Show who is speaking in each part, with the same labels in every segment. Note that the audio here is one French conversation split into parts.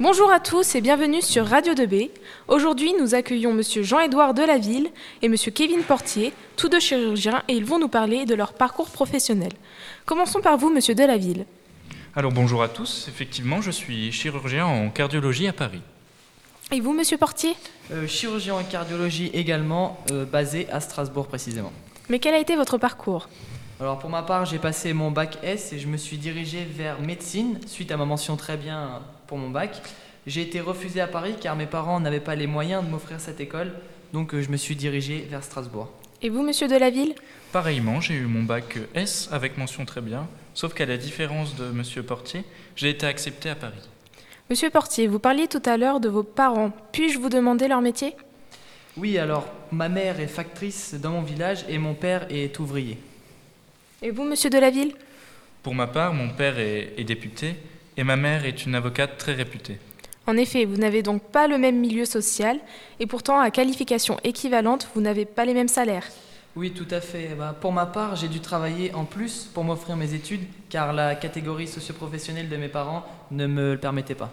Speaker 1: Bonjour à tous et bienvenue sur Radio 2B. Aujourd'hui, nous accueillons Monsieur Jean-Édouard Delaville et Monsieur Kevin Portier, tous deux chirurgiens, et ils vont nous parler de leur parcours professionnel. Commençons par vous, Monsieur Delaville.
Speaker 2: Alors bonjour à tous, effectivement je suis chirurgien en cardiologie à Paris.
Speaker 1: Et vous, Monsieur Portier
Speaker 3: Euh, chirurgien en cardiologie également, euh, basé à Strasbourg précisément.
Speaker 1: Mais quel a été votre parcours
Speaker 3: Alors pour ma part, j'ai passé mon bac S et je me suis dirigé vers médecine suite à ma mention très bien pour mon bac. J'ai été refusé à Paris car mes parents n'avaient pas les moyens de m'offrir cette école, donc euh, je me suis dirigé vers Strasbourg.
Speaker 1: Et vous, Monsieur Delaville
Speaker 2: Pareillement, j'ai eu mon bac S avec mention très bien, sauf qu'à la différence de monsieur Portier, j'ai été accepté à Paris.
Speaker 1: Monsieur Portier, vous parliez tout à l'heure de vos parents. Puis-je vous demander leur métier
Speaker 3: Oui, alors ma mère est factrice dans mon village et mon père est ouvrier.
Speaker 1: Et vous, Monsieur Delaville
Speaker 2: Pour ma part, mon père est, est député et ma mère est une avocate très réputée.
Speaker 1: En effet, vous n'avez donc pas le même milieu social, et pourtant, à qualification équivalente, vous n'avez pas les mêmes salaires.
Speaker 3: Oui, tout à fait. Bah, pour ma part, j'ai dû travailler en plus pour m'offrir mes études car la catégorie socioprofessionnelle de mes parents ne me le permettait pas.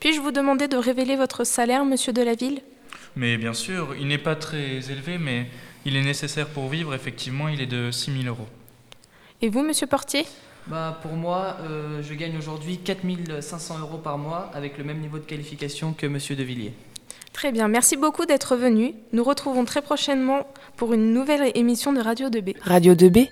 Speaker 1: Puis-je vous demander de révéler votre salaire, monsieur Delaville
Speaker 2: Mais bien sûr, il n'est pas très élevé, mais il est nécessaire pour vivre, effectivement il est de 6000 euros.
Speaker 1: Et vous, monsieur Portier
Speaker 3: Bah, pour moi, euh, je gagne aujourd'hui 4500 euros par mois avec le même niveau de qualification que Monsieur De Villiers.
Speaker 1: Très bien, merci beaucoup d'être venu. Nous retrouvons très prochainement pour une nouvelle émission de Radio 2B.
Speaker 4: Radio 2B